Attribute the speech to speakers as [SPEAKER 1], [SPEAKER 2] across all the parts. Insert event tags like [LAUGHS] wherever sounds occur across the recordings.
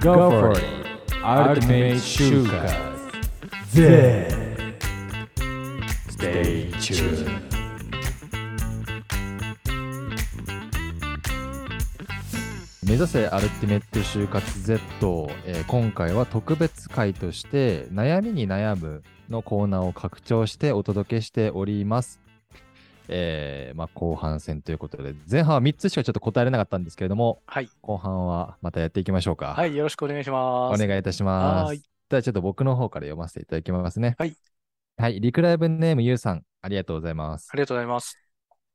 [SPEAKER 1] Go for it! Ultimate Shooter! Stay tuned!
[SPEAKER 2] 目指せアルティメット就活 Z、えー今回は特別会として悩みに悩むのコーナーを拡張してお届けしております。えーまあ、後半戦ということで前半は3つしかちょっと答えられなかったんですけれども
[SPEAKER 3] はい。
[SPEAKER 2] 後半はまたやっていきましょうか。
[SPEAKER 3] はい、よろしくお願いします。
[SPEAKER 2] お願いいたし
[SPEAKER 3] は
[SPEAKER 2] ま
[SPEAKER 3] ー
[SPEAKER 2] す
[SPEAKER 3] い。
[SPEAKER 2] ではちょっと僕の方から読ませていただきますね。
[SPEAKER 3] はい。
[SPEAKER 2] はい。リクライブネームゆうさん、ありがとうございます
[SPEAKER 3] あ。りがとうございます。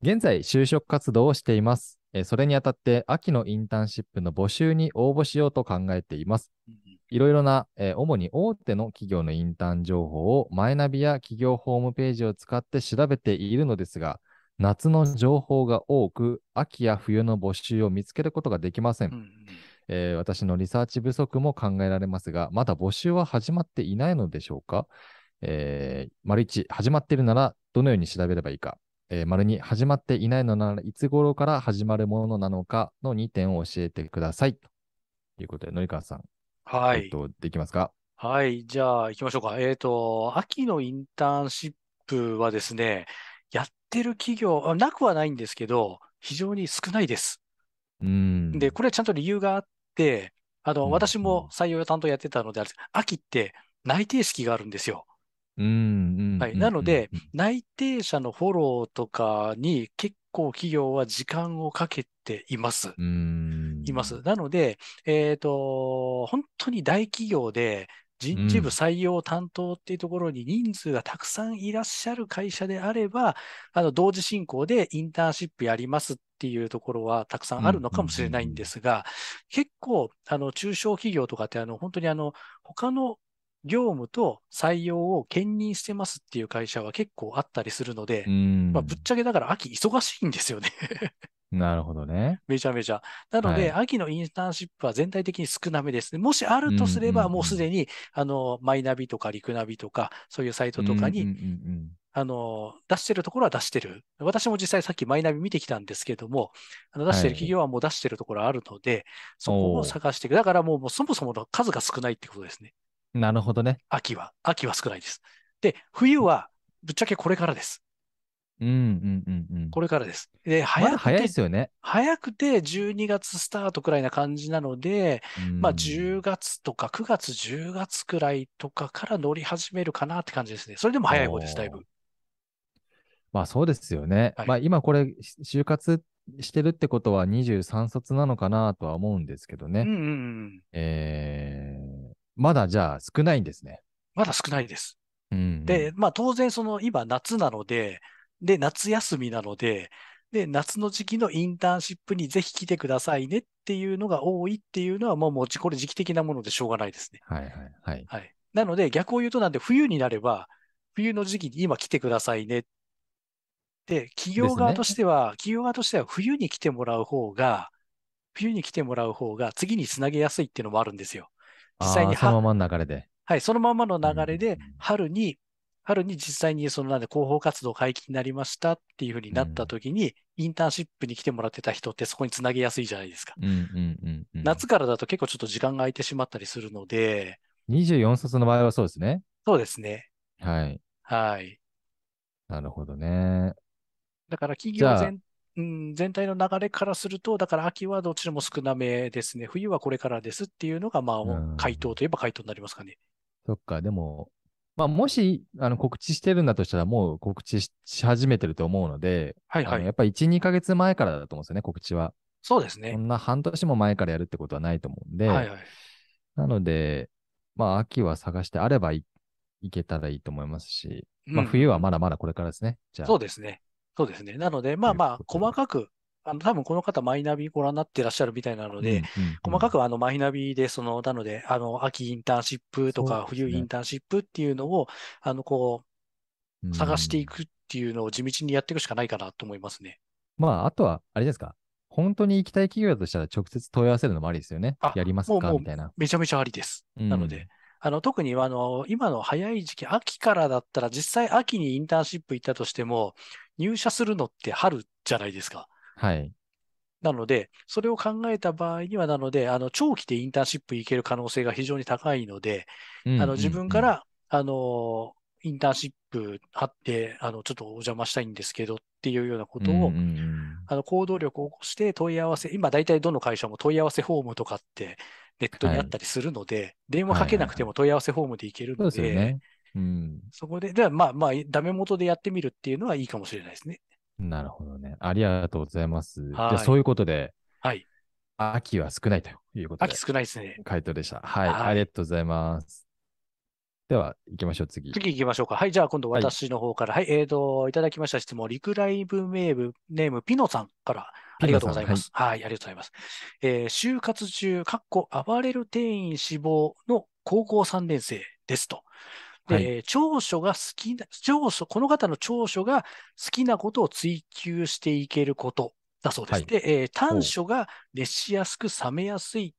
[SPEAKER 2] 現在、就職活動をしています。えーそれにあたって、秋のインターンシップの募集に応募しようと考えています。いろいろな、えー主に大手の企業のインターン情報をマイナビや企業ホームページを使って調べているのですが、夏の情報が多く、秋や冬の募集を見つけることができませ
[SPEAKER 3] う
[SPEAKER 2] ん
[SPEAKER 3] ん。うん
[SPEAKER 2] えー私のリサーチ不足も考えられますが、まだ募集は始まっていないのでしょうか、えー、丸1、始まっているならどのように調べればいいか、えー丸2、始まっていないのならいつ頃から始まるものなのかの2点を教えてください。ということで、のりかわさん、
[SPEAKER 3] は
[SPEAKER 2] えっ
[SPEAKER 3] い。
[SPEAKER 2] と、できますか
[SPEAKER 3] はい。じゃあ、行きましょうか。えっと、秋のインターンシップはですね、やってる企業、あなくはないんですけど、非常に少ないです。
[SPEAKER 2] うーん。
[SPEAKER 3] で、これはちゃんと理由があって、あ
[SPEAKER 2] う
[SPEAKER 3] の、
[SPEAKER 2] ん
[SPEAKER 3] 私も採用担当やってたのであれです秋って内定式があるんですよ。
[SPEAKER 2] うーん、うん
[SPEAKER 3] はい
[SPEAKER 2] うん
[SPEAKER 3] なので
[SPEAKER 2] うん
[SPEAKER 3] 内定者のフォローとかに結構企業は時間をかけています。
[SPEAKER 2] うーん。
[SPEAKER 3] います。なので、えっと、本当に大企業で人事部
[SPEAKER 2] うん
[SPEAKER 3] 採用担当っていうところに人数がたくさんいらっしゃる会社であれば、あの、同時進行でインターンシップやりますっていうところはたくさんあるのかもしれないんですが、結構、あの、中小企業とかって、あの、本当にあの、他の業務と採用を兼任してますっていう会社は結構あったりするので
[SPEAKER 2] うー、ん。
[SPEAKER 3] まあ、ぶっちゃけだから秋忙しいんですよね。
[SPEAKER 2] なるほどね。
[SPEAKER 3] めちゃめちゃ。なので、
[SPEAKER 2] は
[SPEAKER 3] 秋のインターンシップは全体的に少なめですね。もしあるとすれ
[SPEAKER 2] うん
[SPEAKER 3] ば、
[SPEAKER 2] うんうん
[SPEAKER 3] もうすでに、あの、マイナビとかリクナビとか、そういうサイトとかに、
[SPEAKER 2] うんうんうんうん
[SPEAKER 3] あの、出してるところは出してる。私も実際さっきマイナビ見てきたんですけども、あの出してる企業はもう出してるところあるので、そこ
[SPEAKER 2] お
[SPEAKER 3] を
[SPEAKER 2] ー
[SPEAKER 3] 探していく。だからもうもうそもそもの数が少ないってことですね。
[SPEAKER 2] なるほどね。
[SPEAKER 3] 秋は。秋は少ないです。で、冬は、ぶっちゃけこれからです。
[SPEAKER 2] うんうんうんうん。
[SPEAKER 3] これからです。で、
[SPEAKER 2] ま
[SPEAKER 3] 早
[SPEAKER 2] だ
[SPEAKER 3] く
[SPEAKER 2] 早いで
[SPEAKER 3] て、
[SPEAKER 2] すよね。
[SPEAKER 3] 早くて12月スタートくらいな感じなので、まあ、
[SPEAKER 2] うん
[SPEAKER 3] 10月とか9月、10月くらいとかから乗り始めるかなって感じですね。それでも早い方です、だいぶ。
[SPEAKER 2] まあそうですよね。
[SPEAKER 3] はい
[SPEAKER 2] まあ今これ、就活してるってことは23卒なのかなとは思うんですけどね。
[SPEAKER 3] うんうんうん。
[SPEAKER 2] えーまだじゃあ少ないんですね。
[SPEAKER 3] まだ少ないです。
[SPEAKER 2] うんうん
[SPEAKER 3] で、、まあ当然その今夏なので、で、夏休みなので、で、夏の時期のインターンシップにぜひ来てくださいねっていうのが多いっていうのはもうもち、これ時期的なものでしょうがないですね。
[SPEAKER 2] はいはいはい。
[SPEAKER 3] はい。なので逆を言うとなんで冬になれば、冬の時期に今来てくださいね。で、企業側としては、企業側としては冬に来てもらう方が、冬に来てもらう方が次につなげやすいっていうのもあるんですよ。実際に
[SPEAKER 2] あーそのままの流れで。
[SPEAKER 3] はい、そのままの流れ
[SPEAKER 2] う
[SPEAKER 3] で
[SPEAKER 2] ん、
[SPEAKER 3] 春に、春に実際にそのなんで広報活動解禁になりましたっていうふうになった時に、インターンシップに来てもらってた人ってそこにつなげやすいじゃないですか。
[SPEAKER 2] うんうんうんうん、
[SPEAKER 3] 夏からだと結構ちょっと時間が空いてしまったりするので、
[SPEAKER 2] 24卒の場合はそうですね。
[SPEAKER 3] そうですね。
[SPEAKER 2] はい。
[SPEAKER 3] はい。
[SPEAKER 2] なるほどね。
[SPEAKER 3] だから企
[SPEAKER 2] じ
[SPEAKER 3] 業
[SPEAKER 2] ゃあ
[SPEAKER 3] 全、うん、全体の流れからすると、だから秋はどちらも少なめですね。冬はこれからですっていうのが、ま
[SPEAKER 2] う
[SPEAKER 3] あ、
[SPEAKER 2] ん
[SPEAKER 3] 回答といえば回答になりますかね。
[SPEAKER 2] そっか、でも、まあもしあの告知してるんだとしたら、もう告知しし始めてると思うので、
[SPEAKER 3] はいは
[SPEAKER 2] あの
[SPEAKER 3] い。
[SPEAKER 2] やっぱり1、2ヶ月前からだと思うんですよね、告知は。
[SPEAKER 3] そうです
[SPEAKER 2] そ
[SPEAKER 3] ね。
[SPEAKER 2] んな半年も前からやるってことはないと思うんで、
[SPEAKER 3] はいはい。
[SPEAKER 2] なので、まあ、秋は探してあればいいけたらいいと思いますし、まあ、
[SPEAKER 3] うん
[SPEAKER 2] 冬はまだまだこれからですね。じゃあ、
[SPEAKER 3] そうですね。そうですね。なので、まあまあ
[SPEAKER 2] という、ことで
[SPEAKER 3] 細かく、あの、多分この方、マイナビご覧になってらっしゃるみたいなので、
[SPEAKER 2] うんうんうん
[SPEAKER 3] 細かくあのマイナビで、その、なので、あの、秋インターンシップとか、
[SPEAKER 2] そうですね
[SPEAKER 3] 冬インターンシップっていうのを、あの、こ
[SPEAKER 2] うん
[SPEAKER 3] う、探していくっていうのを地道にやっていくしかないかなと思いますね。
[SPEAKER 2] まあ、あとは、あれですか、本当に行きたい企業だとしたら直接問い合わせるのもありですよね
[SPEAKER 3] あ。
[SPEAKER 2] やります
[SPEAKER 3] もう
[SPEAKER 2] か
[SPEAKER 3] もう
[SPEAKER 2] みたいな。
[SPEAKER 3] めちゃめちゃありです。
[SPEAKER 2] な
[SPEAKER 3] なので、あの、特にあの、今の早い時期、秋からだったら、実際秋にインターンシップ行ったとしても、入社するのって春じゃないですか。
[SPEAKER 2] はい。
[SPEAKER 3] なので、それを考えた場合には、なので、あの長期でインターンシップ行ける可能性が非常に高いので、あの自分か、ら、あの、インターンシップあって、あの、ちょっとお邪魔したいんですけどっていうようなことを、あの行動力を起こして問い合わせ、今大体どの会社も問い合わせフォームとかってネットにあったりするので、電話かけなくても問い合わせフォームでいける
[SPEAKER 2] そう
[SPEAKER 3] の
[SPEAKER 2] です
[SPEAKER 3] で、
[SPEAKER 2] よね。うん。
[SPEAKER 3] そこで、じゃあまあまあ、ダメ元でやってみるっていうのはいいかもしれないですね。
[SPEAKER 2] なるほどね。ありがとうございます。じ
[SPEAKER 3] はい
[SPEAKER 2] ゃあそういうことで、
[SPEAKER 3] はい。
[SPEAKER 2] 秋は少ないということで
[SPEAKER 3] 秋、少ないですね。
[SPEAKER 2] 回答でした。はい。
[SPEAKER 3] はい
[SPEAKER 2] ありがとうございます。では、行きましょう、次。
[SPEAKER 3] 次行きましょうか。はい、じゃあ今度
[SPEAKER 2] はい
[SPEAKER 3] 私の方から。はい、えーと、いただきました質問、リクライブ名部ネームピノさんから。ありがとうございま
[SPEAKER 2] ピノ
[SPEAKER 3] す。はい、ありがとうございます。えー就活中、かっこ暴れる店員志望の高校3年生ですと。で、
[SPEAKER 2] はい
[SPEAKER 3] えー長所が好きな、長所、この方の長所が好きなことを追求していけることだそうです。
[SPEAKER 2] はい
[SPEAKER 3] で、えー短所が熱しやすく冷めやすい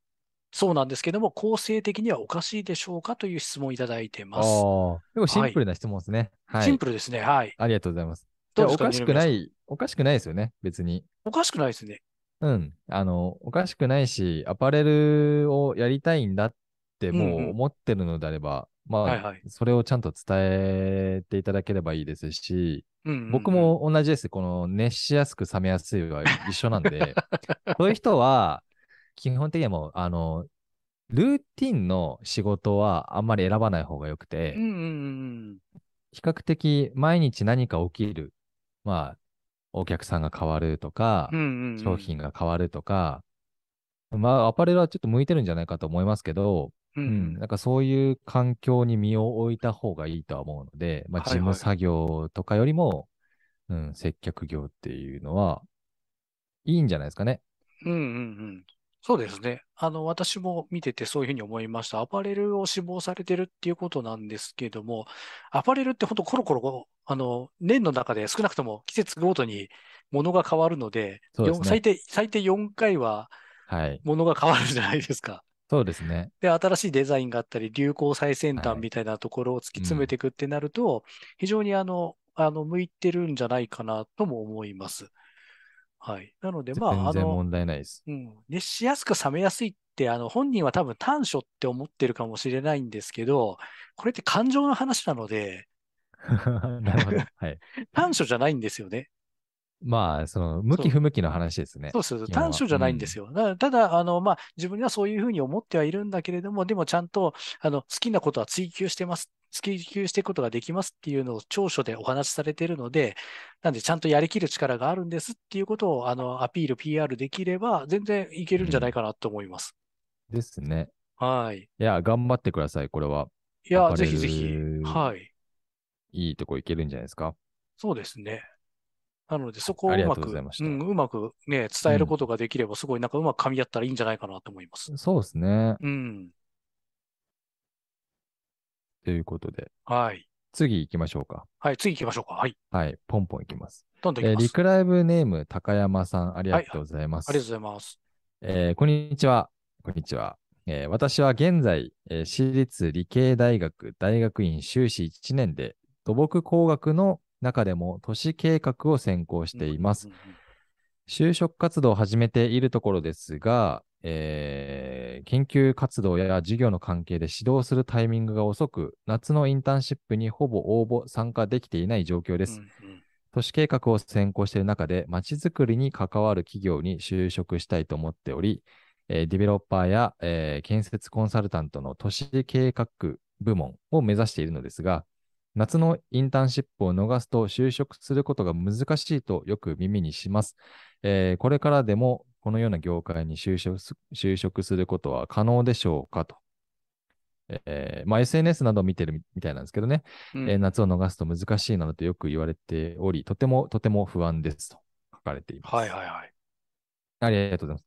[SPEAKER 3] そうなんですけども、構成的にはおかしいでしょうかという質問をいただいて
[SPEAKER 2] ああ
[SPEAKER 3] ます。
[SPEAKER 2] ー、でもシンプルな質問ですね。はい。
[SPEAKER 3] シンプルですね。はい。
[SPEAKER 2] ありがとうございます。
[SPEAKER 3] どう
[SPEAKER 2] い
[SPEAKER 3] で
[SPEAKER 2] や
[SPEAKER 3] すか
[SPEAKER 2] おかしくな
[SPEAKER 3] 二宮
[SPEAKER 2] い、おかしくないですよね、別に。
[SPEAKER 3] さんおかしくないですね。
[SPEAKER 2] うん。あの、おかしくないし、アパレルをやりたいんだっても
[SPEAKER 3] うんうん
[SPEAKER 2] う思ってるのであれば、まあ、
[SPEAKER 3] はいはい
[SPEAKER 2] それをちゃんと伝えていただければいいですし、
[SPEAKER 3] うんうんうん
[SPEAKER 2] 僕。も同じです。この熱しやすく冷めやすいは一緒な
[SPEAKER 3] [LAUGHS]
[SPEAKER 2] んで、そういう人は、基本的にはもう、あの、ルーティンの仕事はあんまり選ばない方がよくて、
[SPEAKER 3] うんうんうん
[SPEAKER 2] 比較的毎日何か起きる、まあ、お客さんが変わるとか
[SPEAKER 3] うん。う、んうんうん
[SPEAKER 2] 商品が変わるとか、まあ、アパレルはちょっと向いてるんじゃないかと思いますけど、
[SPEAKER 3] うん
[SPEAKER 2] う
[SPEAKER 3] うん
[SPEAKER 2] ん、なんかそういう環境に身を置いた方がいいとは思うので、まあ、
[SPEAKER 3] はいは
[SPEAKER 2] 事
[SPEAKER 3] い
[SPEAKER 2] 務作業とかよりも、うん、接客業っていうのは、いいんじゃないですかね。
[SPEAKER 3] うんうんうん。そうですね。あの、私も見ててそういうふうに思いました。アパレルを志望されてるっていうことなんですけども、アパレルって本当コロコロこう、あの、年の中で少なくとも季節ごとに物が変わるので、
[SPEAKER 2] そうです
[SPEAKER 3] よん
[SPEAKER 2] ね
[SPEAKER 3] 最低、最低4回は
[SPEAKER 2] はい。
[SPEAKER 3] 物が変わるじゃないですか。
[SPEAKER 2] そうですね。
[SPEAKER 3] で、新しいデザインがあったり、流行最先
[SPEAKER 2] は
[SPEAKER 3] 端
[SPEAKER 2] い
[SPEAKER 3] みたいなところを突き詰めていくってなると、非常にあの、あの、向いてるんじゃないかなとも思います。はい。なので、まあ、
[SPEAKER 2] 全
[SPEAKER 3] あ
[SPEAKER 2] 然
[SPEAKER 3] の、
[SPEAKER 2] 問題ないです。 [LAUGHS]
[SPEAKER 3] うん、熱しやすく冷めやすいって、あの、本人は多分短所って思ってるかもしれないんですけど、これって感情の話なので、
[SPEAKER 2] な
[SPEAKER 3] [LAUGHS]
[SPEAKER 2] るほど。はい。
[SPEAKER 3] 短所じゃないんですよね。
[SPEAKER 2] まあ、その、向
[SPEAKER 3] そ
[SPEAKER 2] き
[SPEAKER 3] う
[SPEAKER 2] 不向きの話ですね
[SPEAKER 3] そ。うそうそう、
[SPEAKER 2] 基本は
[SPEAKER 3] 短所じゃないんですよ。だからただ、あの、まあ、自分にはそういうふうに思ってはいるんだけれども、でもちゃんと、あの、好きなことは追求してます。追求していくことができますっていうのを長所でお話しされているので、なんでちゃんとやりきる力があるんですっていうことを、あの、アピール、PR できれば、全然いけるんじゃないかなと思います。
[SPEAKER 2] ですね。
[SPEAKER 3] はい。
[SPEAKER 2] いや、頑張ってください。これは、
[SPEAKER 3] いや
[SPEAKER 2] ア、パ
[SPEAKER 3] ぜ
[SPEAKER 2] レ
[SPEAKER 3] ひぜひ。
[SPEAKER 2] ル
[SPEAKER 3] はい。
[SPEAKER 2] いいとこいけるんじゃないですか。
[SPEAKER 3] そうですね。なので、そこを
[SPEAKER 2] あり
[SPEAKER 3] う
[SPEAKER 2] が
[SPEAKER 3] ま
[SPEAKER 2] とうご
[SPEAKER 3] く、
[SPEAKER 2] ざいました
[SPEAKER 3] うん、うまくね、伝えることができれば、すごいなんかうまく噛み合ったらいいんじゃないかなと思います。
[SPEAKER 2] そうですね。
[SPEAKER 3] うん。
[SPEAKER 2] ということで、
[SPEAKER 3] はい。
[SPEAKER 2] 次行きましょうか。
[SPEAKER 3] はい、次行きましょうか。はい。
[SPEAKER 2] はい、ポンポンいきます。
[SPEAKER 3] どんどん
[SPEAKER 2] え
[SPEAKER 3] 行き
[SPEAKER 2] ー
[SPEAKER 3] ま
[SPEAKER 2] リ
[SPEAKER 3] す。
[SPEAKER 2] クライブネーム、高山さん、ありがとうございます。
[SPEAKER 3] ありがとうございます。
[SPEAKER 2] えーこんにちは。こんにちは。えー私は現在、えー私立理系大学大学院修士1年で、土木工学の中でも都市計画を専攻しています
[SPEAKER 3] うん。うんうん
[SPEAKER 2] 就職活動を始めているところですが、えー研究活動や授業の関係で指導するタイミングが遅く、夏のインターンシップにほぼ応募、参加できていない状況です。
[SPEAKER 3] うんうん
[SPEAKER 2] 都市計画を専攻している中で、まちづくりに関わる企業に就職したいと思っており、えーディベロッパーや、えー建設コンサルタントの都市計画部門を目指しているのですが、夏のインターンシップを逃すと就職することが難しいとよく耳にします。えーこれからでもこのような業界に就職す就職することは可能でしょうかと。えーまあ、SNS などを見てるみみたいなんですけどね。
[SPEAKER 3] うん
[SPEAKER 2] えー夏を逃すと難しいなどとよく言われており、とてもとても不安ですと書かれています。
[SPEAKER 3] はいはいはい。
[SPEAKER 2] ありがとうございます。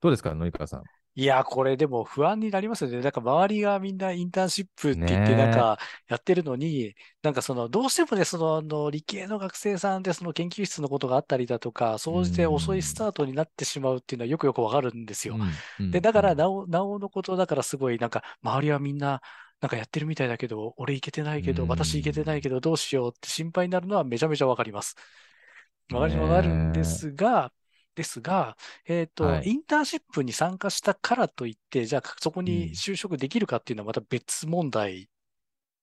[SPEAKER 2] どうですか、のりかわさん。
[SPEAKER 3] いや、これでも不安になりますよね。なんか周りがみんなインターンシップって言って、
[SPEAKER 2] ねえ
[SPEAKER 3] なんかやってるのに、なんかその、どうしてもね、その、あの、理系の学生さんでその研究室のことがあったりだとか、総じて遅いスタートになってしまうっていうのはよくよくわかるんですよ。
[SPEAKER 2] うん
[SPEAKER 3] で、だから、
[SPEAKER 2] うん
[SPEAKER 3] なお、なおのこと、だからすごい、なんか、周りはみんな、なんかやってるみたいだけど、俺いけてないけど、
[SPEAKER 2] うん
[SPEAKER 3] 私いけてないけど、どうしようって心配になるのはめちゃめちゃわかります。わかり
[SPEAKER 2] ねえ
[SPEAKER 3] わかるんですが、ですが、えっ、と、
[SPEAKER 2] はい
[SPEAKER 3] インターンシップに参加したからといって、じゃあそこ
[SPEAKER 2] うん
[SPEAKER 3] に就職できるかっていうのはまた別問題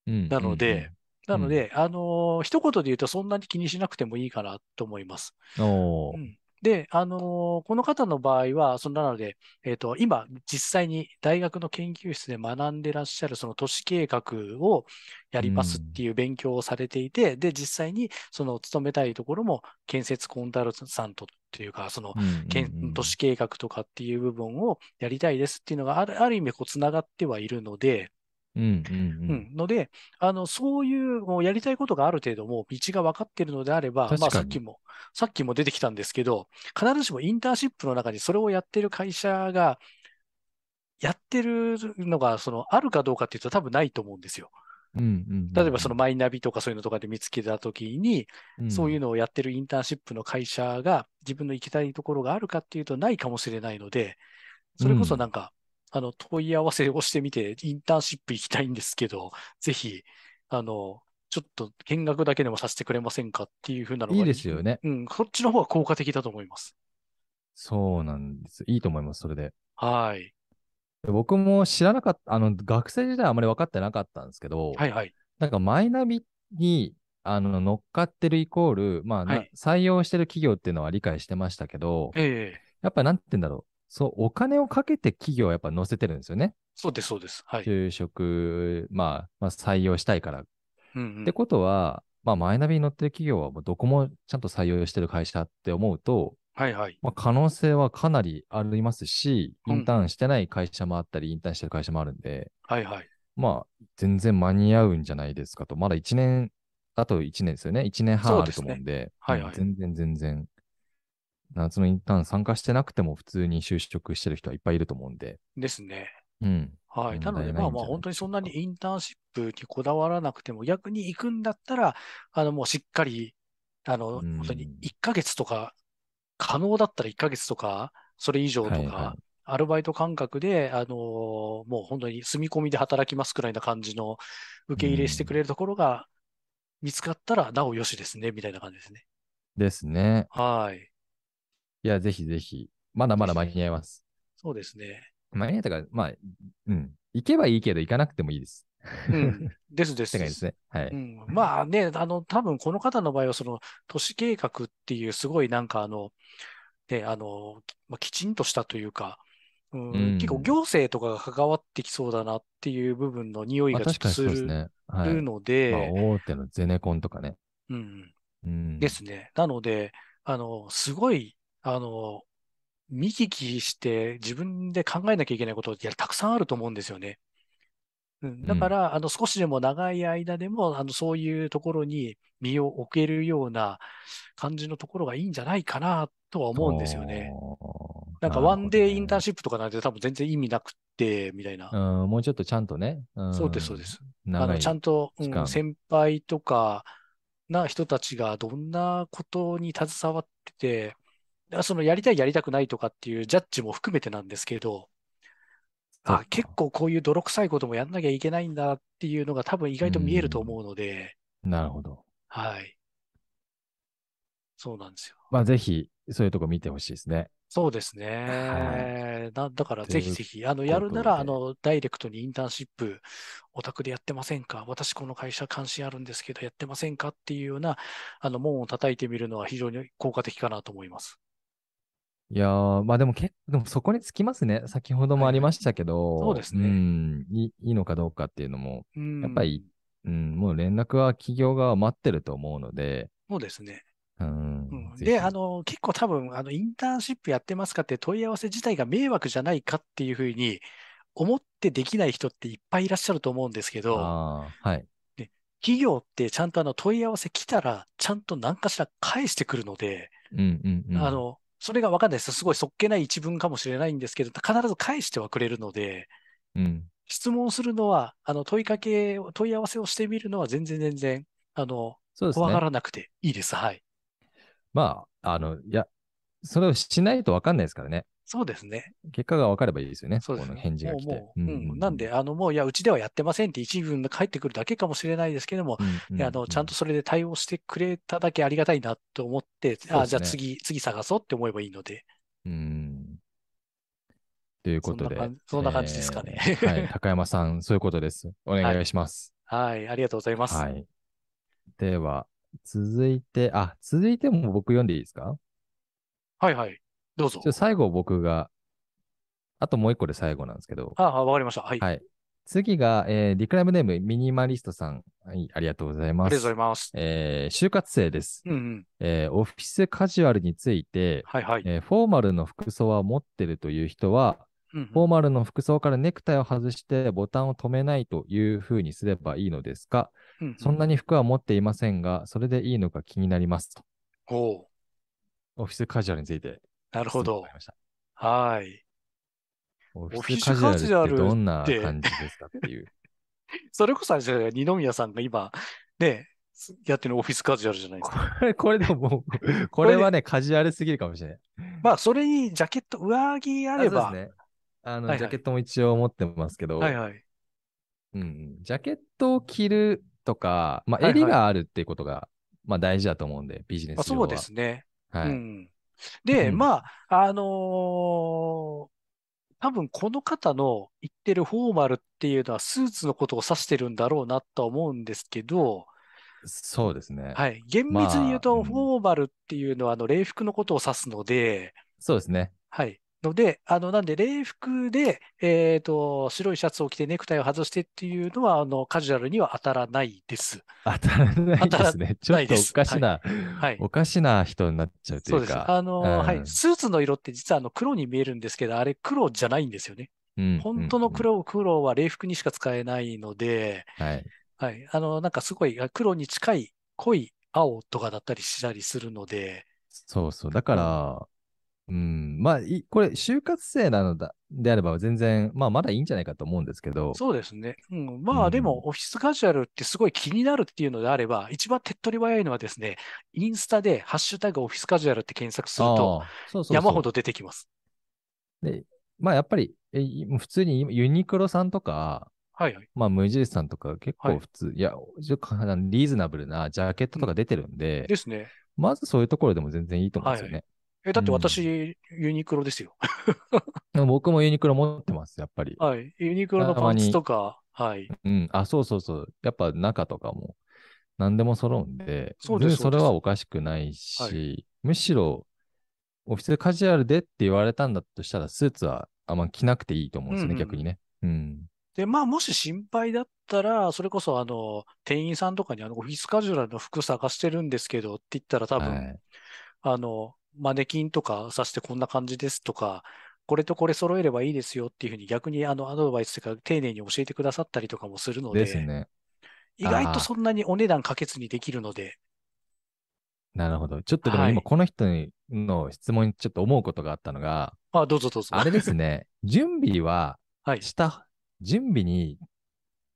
[SPEAKER 2] うん
[SPEAKER 3] なので、なので、あのー一言で言うとそんなに気にしなくてもいいかなと思います。
[SPEAKER 2] うんうんおー
[SPEAKER 3] うんで、あのーこの方の場合は、そんなので、えっ、と、今、実際に大学の研究室で学んでらっしゃる、その都市計画をやりますっていう勉強をされていて、で、実際に、その、勤めたいところも、建設コンサルタントっていうか、その、
[SPEAKER 2] うんうん
[SPEAKER 3] けん
[SPEAKER 2] うん
[SPEAKER 3] 都市計画とかっていう部分をやりたいですっていうのがある、ある意味、こう、つながってはいるので、
[SPEAKER 2] うんうんう
[SPEAKER 3] うんん、ので、あの、そういう、もうやりたいことがある程度、もう道が分かっているのであれば、
[SPEAKER 2] 確か
[SPEAKER 3] まあ、
[SPEAKER 2] に
[SPEAKER 3] さっきも、さっきも出てきたんですけど、必ずしもインターンシップの中にそれをやってる会社が、やってるのが、その、あるかどうかっていうと多分ないと思うんですよ。
[SPEAKER 2] うんうん
[SPEAKER 3] 例えば、そのマイナビとかそういうのとかで見つけたときに、そういうのをやってるインターンシップの会社が、自分の行きたいところがあるかっていうとないかもしれないので、それこそなんか、あの、問い合わせをしてみて、インターンシップ行きたいんですけど、ぜひ、あの、ちょっと見学だけでもさせてくれませんかっていうふうなのが
[SPEAKER 2] いいですよね。
[SPEAKER 3] うん、こっちの方が効果的だと思います。
[SPEAKER 2] そうなんです。いいと思います、それで。
[SPEAKER 3] はい。
[SPEAKER 2] 僕も知らなかった、あの、学生時代はあまり分かってなかったんですけど、
[SPEAKER 3] はいはい。
[SPEAKER 2] なんかマイナビにあの乗っかってるイコール、まあ、な
[SPEAKER 3] はい
[SPEAKER 2] 採用してる企業っていうのは理解してましたけど、
[SPEAKER 3] ええ
[SPEAKER 2] やっぱなんて言うんだろう。そう、お金をかけて企業はやっぱ乗せてるんですよね。
[SPEAKER 3] そうです、そうです。はい。
[SPEAKER 2] 就職、まあ、まあ、採用したいから。っ
[SPEAKER 3] うんうん
[SPEAKER 2] てことは、まあ、マイナビに乗ってる企業はもうどこもちゃんと採用してる会社って思うと、
[SPEAKER 3] はいはい。
[SPEAKER 2] まあ、可能性はかなりありますし、
[SPEAKER 3] う
[SPEAKER 2] イ
[SPEAKER 3] ん
[SPEAKER 2] ンターンしてない会社もあったり、インターンしてる会社もあるんで、
[SPEAKER 3] はいはい。
[SPEAKER 2] まあ、全然間に合うんじゃないですかと。まだ1年、あと1年ですよね。1年半あると思うんで、
[SPEAKER 3] はいはい
[SPEAKER 2] うん全然全然。夏のインターン参加してなくても普通に就職してる人はいっぱいいると思うんで。
[SPEAKER 3] ですね。
[SPEAKER 2] うん。
[SPEAKER 3] はい。なので、
[SPEAKER 2] 問題ないん
[SPEAKER 3] まあ
[SPEAKER 2] じゃ
[SPEAKER 3] まあ、
[SPEAKER 2] ない
[SPEAKER 3] 本当に
[SPEAKER 2] でし
[SPEAKER 3] そ
[SPEAKER 2] ょうんか
[SPEAKER 3] なにインターンシップにこだわらなくても、逆に行くんだったら、あの、もうしっかり、あの、
[SPEAKER 2] うん
[SPEAKER 3] 本当に1ヶ月とか、可能だったら1ヶ月とか、それ以上
[SPEAKER 2] は
[SPEAKER 3] と
[SPEAKER 2] いは
[SPEAKER 3] か、アルバイト感覚で、あのーもう本当に住み込みで働きますくらいな感じの受け入れしてくれるところが見つかったら、なおよしですね、みたいな感じですね。
[SPEAKER 2] い。ですね。
[SPEAKER 3] はい。
[SPEAKER 2] いや、ぜひぜひ。まだまだ間に合います。
[SPEAKER 3] そうですね。
[SPEAKER 2] 間に合ったから、まあ、うん。行けばいいけど行かなくてもいいです。 [LAUGHS]
[SPEAKER 3] うん。ですです。
[SPEAKER 2] って感じですね。は
[SPEAKER 3] う
[SPEAKER 2] い。
[SPEAKER 3] ん、まあね、あの、多分この方の場合は、その都市計画っていう、すごいなんかあの、ね、あの、きまあ、きちんとしたというか、うん
[SPEAKER 2] うん
[SPEAKER 3] 結構行政とかが関わってきそうだなっていう部分の匂い
[SPEAKER 2] まあ、
[SPEAKER 3] がちょっ
[SPEAKER 2] 確
[SPEAKER 3] と
[SPEAKER 2] かに
[SPEAKER 3] す
[SPEAKER 2] そ
[SPEAKER 3] る,、
[SPEAKER 2] うですね。はい。
[SPEAKER 3] ので、
[SPEAKER 2] まあ、大手のゼネコンとかね。
[SPEAKER 3] うん、
[SPEAKER 2] うん。
[SPEAKER 3] ですね。なので、あの、すごい、あの、見聞きして自分で考えなきゃいけないことってたくさんあると思うんですよね。うん、だから、あの、少しでも長い間でも、あの、そういうところに身を置けるような感じのところがいいんじゃないかなとは思うんですよね。
[SPEAKER 2] おー。
[SPEAKER 3] なんか、ワンデーインターン
[SPEAKER 2] シ
[SPEAKER 3] シップとかなんて多分全然意味なくって、みたいな。
[SPEAKER 2] うん、もうちょっとちゃんとね。ん
[SPEAKER 3] そうです、そうです。。あ
[SPEAKER 2] 長
[SPEAKER 3] の
[SPEAKER 2] い。
[SPEAKER 3] ちゃんと、うん
[SPEAKER 2] 期間
[SPEAKER 3] 先輩とかな人たちがどんなことに携わってて、だそのやりたい、やりたくないとかっていうジャッジも含めてなんですけど、
[SPEAKER 2] そっ
[SPEAKER 3] あ
[SPEAKER 2] か、
[SPEAKER 3] 結構こういう泥臭いこともやんなきゃいけないんだっていうのが多分意外と見えると思うので、
[SPEAKER 2] なるほど。
[SPEAKER 3] はい。そうなんですよ。
[SPEAKER 2] まあ、ぜひ、そういうとこ見てほしいですね。
[SPEAKER 3] そうですね。な、だからぜひぜひ、あの、
[SPEAKER 2] という
[SPEAKER 3] やるなら、あ
[SPEAKER 2] ことで
[SPEAKER 3] の、ダイレクトにインターンシップ、お宅でやってませんか私この会社関心あるんですけど、やってませんかっていうような、あの、門を叩いてみるのは非常に効果的かなと思います。
[SPEAKER 2] いやー、まあでも結構、でもそこにつきますね。先ほどもありましたけど、
[SPEAKER 3] はいはいそうですね
[SPEAKER 2] んいい、いいのかどうかっていうのも、
[SPEAKER 3] うん。
[SPEAKER 2] やっぱり、うん、もう連絡は企業側は待ってると思うので、
[SPEAKER 3] そうですね。
[SPEAKER 2] うん。
[SPEAKER 3] うん
[SPEAKER 2] ぜ
[SPEAKER 3] で、
[SPEAKER 2] ひ
[SPEAKER 3] あ、の、結構多分、あの、インターンシップやってますかって問い合わせ自体が迷惑じゃないかっていうふうに思ってできない人っていっぱいいらっしゃると思うんですけど、
[SPEAKER 2] あーはい。
[SPEAKER 3] 企業ってちゃんとあの問い合わせ来たら、ちゃんと何かしら返してくるので、
[SPEAKER 2] うんうんうん。
[SPEAKER 3] あ、の、それが分かんないです。すごいそっけない一文かもしれないんですけど、必ず返してはくれるので、
[SPEAKER 2] うん。
[SPEAKER 3] 質問するのは、あの、問いかけを、問い合わせをしてみるのは全然全然、あの、
[SPEAKER 2] そうです
[SPEAKER 3] 怖が
[SPEAKER 2] ね。
[SPEAKER 3] らなくていいです。はい。
[SPEAKER 2] まあ、あの、いや、それをしないとわかんないですからね。
[SPEAKER 3] そうですね。
[SPEAKER 2] 結果が分かればいいですよね。
[SPEAKER 3] そうです
[SPEAKER 2] この
[SPEAKER 3] ね。
[SPEAKER 2] 返事が来て。
[SPEAKER 3] もうもううんなんで、あの、もう、いや、うちではやってませんって一文が返ってくるだけかもしれないですけども、
[SPEAKER 2] うん、
[SPEAKER 3] いやあの、ちゃんとそれで対応してくれただけありがたいなと思って、
[SPEAKER 2] そ
[SPEAKER 3] あ、
[SPEAKER 2] うです
[SPEAKER 3] じゃ
[SPEAKER 2] ね
[SPEAKER 3] あ次、次探そうって思えばいいので、
[SPEAKER 2] うん。うんということで
[SPEAKER 3] そんな感じ、そんな感じですかね
[SPEAKER 2] え
[SPEAKER 3] [LAUGHS]
[SPEAKER 2] ーはい、高山さん、そういうことです。お願いします。
[SPEAKER 3] はい、ありがとうございます。
[SPEAKER 2] は。
[SPEAKER 3] はいい、
[SPEAKER 2] では、続いて、あ、続いても僕読んでいいですか
[SPEAKER 3] はい、どうぞ
[SPEAKER 2] ちょ。最後僕が、あともう一個で最後なんですけど、
[SPEAKER 3] ああ、わかりました。はい。
[SPEAKER 2] はい
[SPEAKER 3] あ
[SPEAKER 2] 次が、えーリクライブネームミニマリストさん、はい、ありがとうございま
[SPEAKER 3] りが
[SPEAKER 2] す。
[SPEAKER 3] とうございます。
[SPEAKER 2] えー就活生です、
[SPEAKER 3] うんうん。
[SPEAKER 2] えーオフィスカジュアルについて、
[SPEAKER 3] はいはい。
[SPEAKER 2] えーフォーマルの服装は持ってるという人は、
[SPEAKER 3] うんうん
[SPEAKER 2] フォーマルの服装からネクタイを外してボタンを止めないというふうにすればいいのですか、
[SPEAKER 3] うんうん
[SPEAKER 2] そんなに服は持っていませんが、それでいいのか気になりますと。
[SPEAKER 3] おう
[SPEAKER 2] オフィスカジュアルについて。
[SPEAKER 3] なるほど
[SPEAKER 2] 質問があり。ました。
[SPEAKER 3] はい。
[SPEAKER 2] オ
[SPEAKER 3] フ
[SPEAKER 2] フ
[SPEAKER 3] ィ
[SPEAKER 2] ィ
[SPEAKER 3] ス
[SPEAKER 2] ス
[SPEAKER 3] カ
[SPEAKER 2] カ
[SPEAKER 3] ジ
[SPEAKER 2] ジ
[SPEAKER 3] ュアルって
[SPEAKER 2] ュアルってどんな感じですかっていう。
[SPEAKER 3] それこそあれですよね、二宮さんが今、ね、すやってるオフィスカジュアルじゃないですか。
[SPEAKER 2] これ、 [LAUGHS] これでももう、これはね、カジュアルすぎるかもしれない。
[SPEAKER 3] まあ、それにジャケット、上着あれば、
[SPEAKER 2] そうですね。あの、
[SPEAKER 3] はいはい
[SPEAKER 2] ジャケットも一応持ってますけど、
[SPEAKER 3] はいはい。
[SPEAKER 2] うんうんジャケットを着るとか、まあ、
[SPEAKER 3] はいはい
[SPEAKER 2] 襟があるっていうことが、まあ、大事だと思うんで、ビジネス
[SPEAKER 3] まあ、
[SPEAKER 2] 用は。
[SPEAKER 3] そうですね。
[SPEAKER 2] はい。
[SPEAKER 3] うん、で、
[SPEAKER 2] うん
[SPEAKER 3] まあ、あのー多分この方の言ってるフォーマルっていうのはスーツのことを指してるんだろうなとは思うんですけど、
[SPEAKER 2] そうですね。
[SPEAKER 3] はい、厳密に言う
[SPEAKER 2] ま
[SPEAKER 3] と
[SPEAKER 2] あうん
[SPEAKER 3] フォーマルっていうのはあの礼服のことを指すので、
[SPEAKER 2] そうですね。
[SPEAKER 3] はい。ので、あの、なんで、礼服で、えっと、白いシャツを着てネクタイを外してっていうのは、あの、カジュアルには当たらないです。
[SPEAKER 2] 当たらないですね。ちょ
[SPEAKER 3] な
[SPEAKER 2] っ
[SPEAKER 3] い
[SPEAKER 2] と
[SPEAKER 3] で
[SPEAKER 2] お
[SPEAKER 3] す
[SPEAKER 2] かしな、
[SPEAKER 3] はい。
[SPEAKER 2] おかしな人になっちゃうと
[SPEAKER 3] そう
[SPEAKER 2] いう
[SPEAKER 3] です。
[SPEAKER 2] か。
[SPEAKER 3] あの、は
[SPEAKER 2] う
[SPEAKER 3] い。
[SPEAKER 2] ん
[SPEAKER 3] スーツの色って実はあの黒に見えるんですけど、あれ黒じゃないんですよね。
[SPEAKER 2] うん
[SPEAKER 3] 本当の。黒、黒は礼服にしか使えないので、
[SPEAKER 2] うんうんはい。
[SPEAKER 3] はい。あの、なんかすごいあ黒に近い濃い青とかだったりしたりするので、
[SPEAKER 2] そうそう。だから、うん、まあ、いこれ、就活生なのだであれば、全然、まあ、まだいいんじゃないかと思うんですけど、
[SPEAKER 3] そうですね。うん。ま
[SPEAKER 2] う
[SPEAKER 3] あ
[SPEAKER 2] ん
[SPEAKER 3] でも、オフィスカジュアルってすごい気になるっていうのであれば、一番手っ取り早いのはですね、インスタでハッシュタグオフィスカジュアルって検索すると、
[SPEAKER 2] ああそうそうそう
[SPEAKER 3] 山ほど出てきます。
[SPEAKER 2] まあ、やっぱり、えい普通にユニクロさんとか、
[SPEAKER 3] はいはい。
[SPEAKER 2] まあ、無印さんとか結
[SPEAKER 3] はい
[SPEAKER 2] 構普通、い、や、ちょっとかなりリーズナブルなジャケットとか出てるんで、
[SPEAKER 3] ですね。
[SPEAKER 2] まずそういうところでも全然いいと思うんですよね。
[SPEAKER 3] え、だって
[SPEAKER 2] うん
[SPEAKER 3] 私、ユニクロですよ。
[SPEAKER 2] でも僕もユニクロ持ってます、やっぱり。
[SPEAKER 3] はい。ユニクロの
[SPEAKER 2] た
[SPEAKER 3] パ
[SPEAKER 2] ま
[SPEAKER 3] ン
[SPEAKER 2] に
[SPEAKER 3] ツとか、はい。
[SPEAKER 2] うん、あ、そうそうそう。やっぱ中とかも何でも揃うんで、
[SPEAKER 3] そうです
[SPEAKER 2] 全然
[SPEAKER 3] そう
[SPEAKER 2] れ
[SPEAKER 3] です
[SPEAKER 2] はおかしくないし、
[SPEAKER 3] は
[SPEAKER 2] むしろオフィスカジュアルでって言われたんだとしたら、スーツはあんま着なくていいと思うんですよね、
[SPEAKER 3] うんうん
[SPEAKER 2] 逆にね。うん。
[SPEAKER 3] で、まあ、もし心配だったら、それこそ、あの、店員さんとかに、あの、オフィスカジュアルの服探してるんですけどって言ったら、多
[SPEAKER 2] は
[SPEAKER 3] 分、
[SPEAKER 2] い
[SPEAKER 3] あの、マネキンとか刺してこんな感じですとか、これとこれ揃えればいいですよっていうふうに逆にあのアドバイスというか丁寧に教えてくださったりとかもするので、
[SPEAKER 2] ですね。
[SPEAKER 3] 意外
[SPEAKER 2] あ
[SPEAKER 3] と
[SPEAKER 2] ー
[SPEAKER 3] そんなにお値段かけずにできるので、
[SPEAKER 2] なるほど。ちょっとでも
[SPEAKER 3] はい
[SPEAKER 2] 今この人の質問にちょっと思うことがあったのが、
[SPEAKER 3] あ、どうぞどうぞ。
[SPEAKER 2] あれですね、 [LAUGHS] 準備は
[SPEAKER 3] はい。
[SPEAKER 2] した、準備に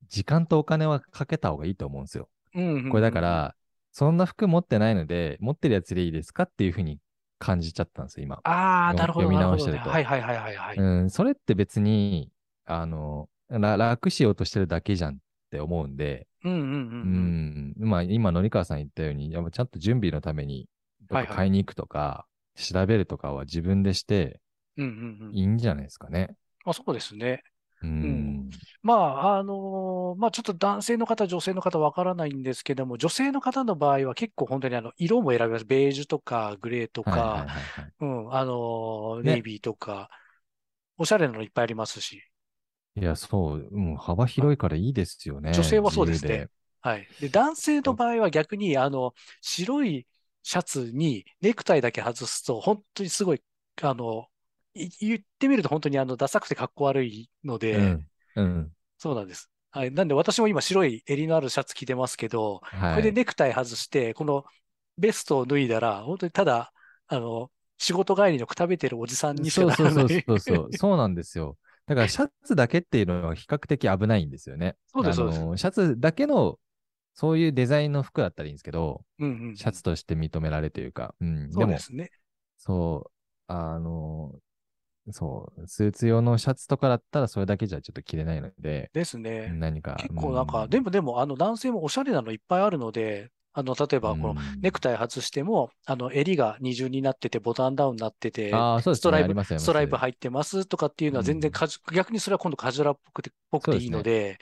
[SPEAKER 2] 時間とお金はかけた方がいいと思うんですよ。
[SPEAKER 3] うんうんうん
[SPEAKER 2] これだか、ら、そんな服持ってないので、持ってるやつでいいですかっていうふうに感じちゃったんですよ、今。
[SPEAKER 3] ああ、なるほど、
[SPEAKER 2] 読み
[SPEAKER 3] なるほ
[SPEAKER 2] 直し
[SPEAKER 3] ど
[SPEAKER 2] て
[SPEAKER 3] ね。
[SPEAKER 2] ると
[SPEAKER 3] はいはいはいはいはい。
[SPEAKER 2] うん、それって別に、あの、ら楽しようとしてるだけじゃんって思うんで、
[SPEAKER 3] うんうん
[SPEAKER 2] う
[SPEAKER 3] うん
[SPEAKER 2] ん、まあ今、のりかわさん言ったように、やっぱちゃんと準備のために、どっ
[SPEAKER 3] はい
[SPEAKER 2] か
[SPEAKER 3] はい
[SPEAKER 2] 買いに行くとか、調べるとかは自分でして
[SPEAKER 3] うん。うんうんうん。
[SPEAKER 2] いいんじゃないですかね。
[SPEAKER 3] まあそうですね。
[SPEAKER 2] うん。
[SPEAKER 3] んまあ、あのーまあちょっと男性の方、女性の方わからないんですけども、女性の方の場合は結構本当にあの、色も選べます。ベージュとか、グレーと
[SPEAKER 2] はいはいは
[SPEAKER 3] か
[SPEAKER 2] い、はい
[SPEAKER 3] うん、あのー
[SPEAKER 2] ね
[SPEAKER 3] ネイビーとか、おしゃれなのいっぱいありますし、
[SPEAKER 2] いや、そう、うん、幅広いからいいですよね。
[SPEAKER 3] 女性はそうです
[SPEAKER 2] 自由
[SPEAKER 3] ね。はい。で、男性の場合は逆に、あの、白いシャツにネクタイだけ外すと、本当にすごい、あの、い言ってみると本当にあの、ダサくてかっこ悪いので、
[SPEAKER 2] うん。うん。
[SPEAKER 3] そうなんです。はい。なんで私も今白い襟のあるシャツ着てますけど、こ
[SPEAKER 2] は
[SPEAKER 3] れで
[SPEAKER 2] い。
[SPEAKER 3] ネクタイ外して、このベストを脱いだら、本当にただ、あの、仕事帰りのくたべてるおじさんにしか
[SPEAKER 2] そう
[SPEAKER 3] な
[SPEAKER 2] そ
[SPEAKER 3] ら
[SPEAKER 2] うそ
[SPEAKER 3] な
[SPEAKER 2] う
[SPEAKER 3] い。
[SPEAKER 2] そうそう。 [LAUGHS] そうなんですよ。だからシャツだけっていうのは比較的危ないんですよね。
[SPEAKER 3] [LAUGHS] そうです
[SPEAKER 2] あ
[SPEAKER 3] そうです
[SPEAKER 2] のシャツだけの、そういうデザインの服だったらいいんですけど、
[SPEAKER 3] うんうん。
[SPEAKER 2] シャツとして認められというか、うん、
[SPEAKER 3] そう
[SPEAKER 2] で
[SPEAKER 3] で
[SPEAKER 2] も、
[SPEAKER 3] すね。
[SPEAKER 2] そう、あの、そう、スーツ用のシャツとかだったらそれだけじゃちょっと着れないので、
[SPEAKER 3] ですね。
[SPEAKER 2] 何か。
[SPEAKER 3] 結構なんか、で
[SPEAKER 2] も、
[SPEAKER 3] もでも、あの男性もおしゃれなのいっぱいあるので、あの、例えば、この、
[SPEAKER 2] うん
[SPEAKER 3] ネクタイ外しても、あの、襟が二重になってて、ボタンダウンになってて、
[SPEAKER 2] ああ、そうですね、
[SPEAKER 3] ストライ
[SPEAKER 2] ありますあります
[SPEAKER 3] ストライプ入ってますとかっていうのは全然カジュ、逆にそれは今度カジュアルっぽくてぽくていいので、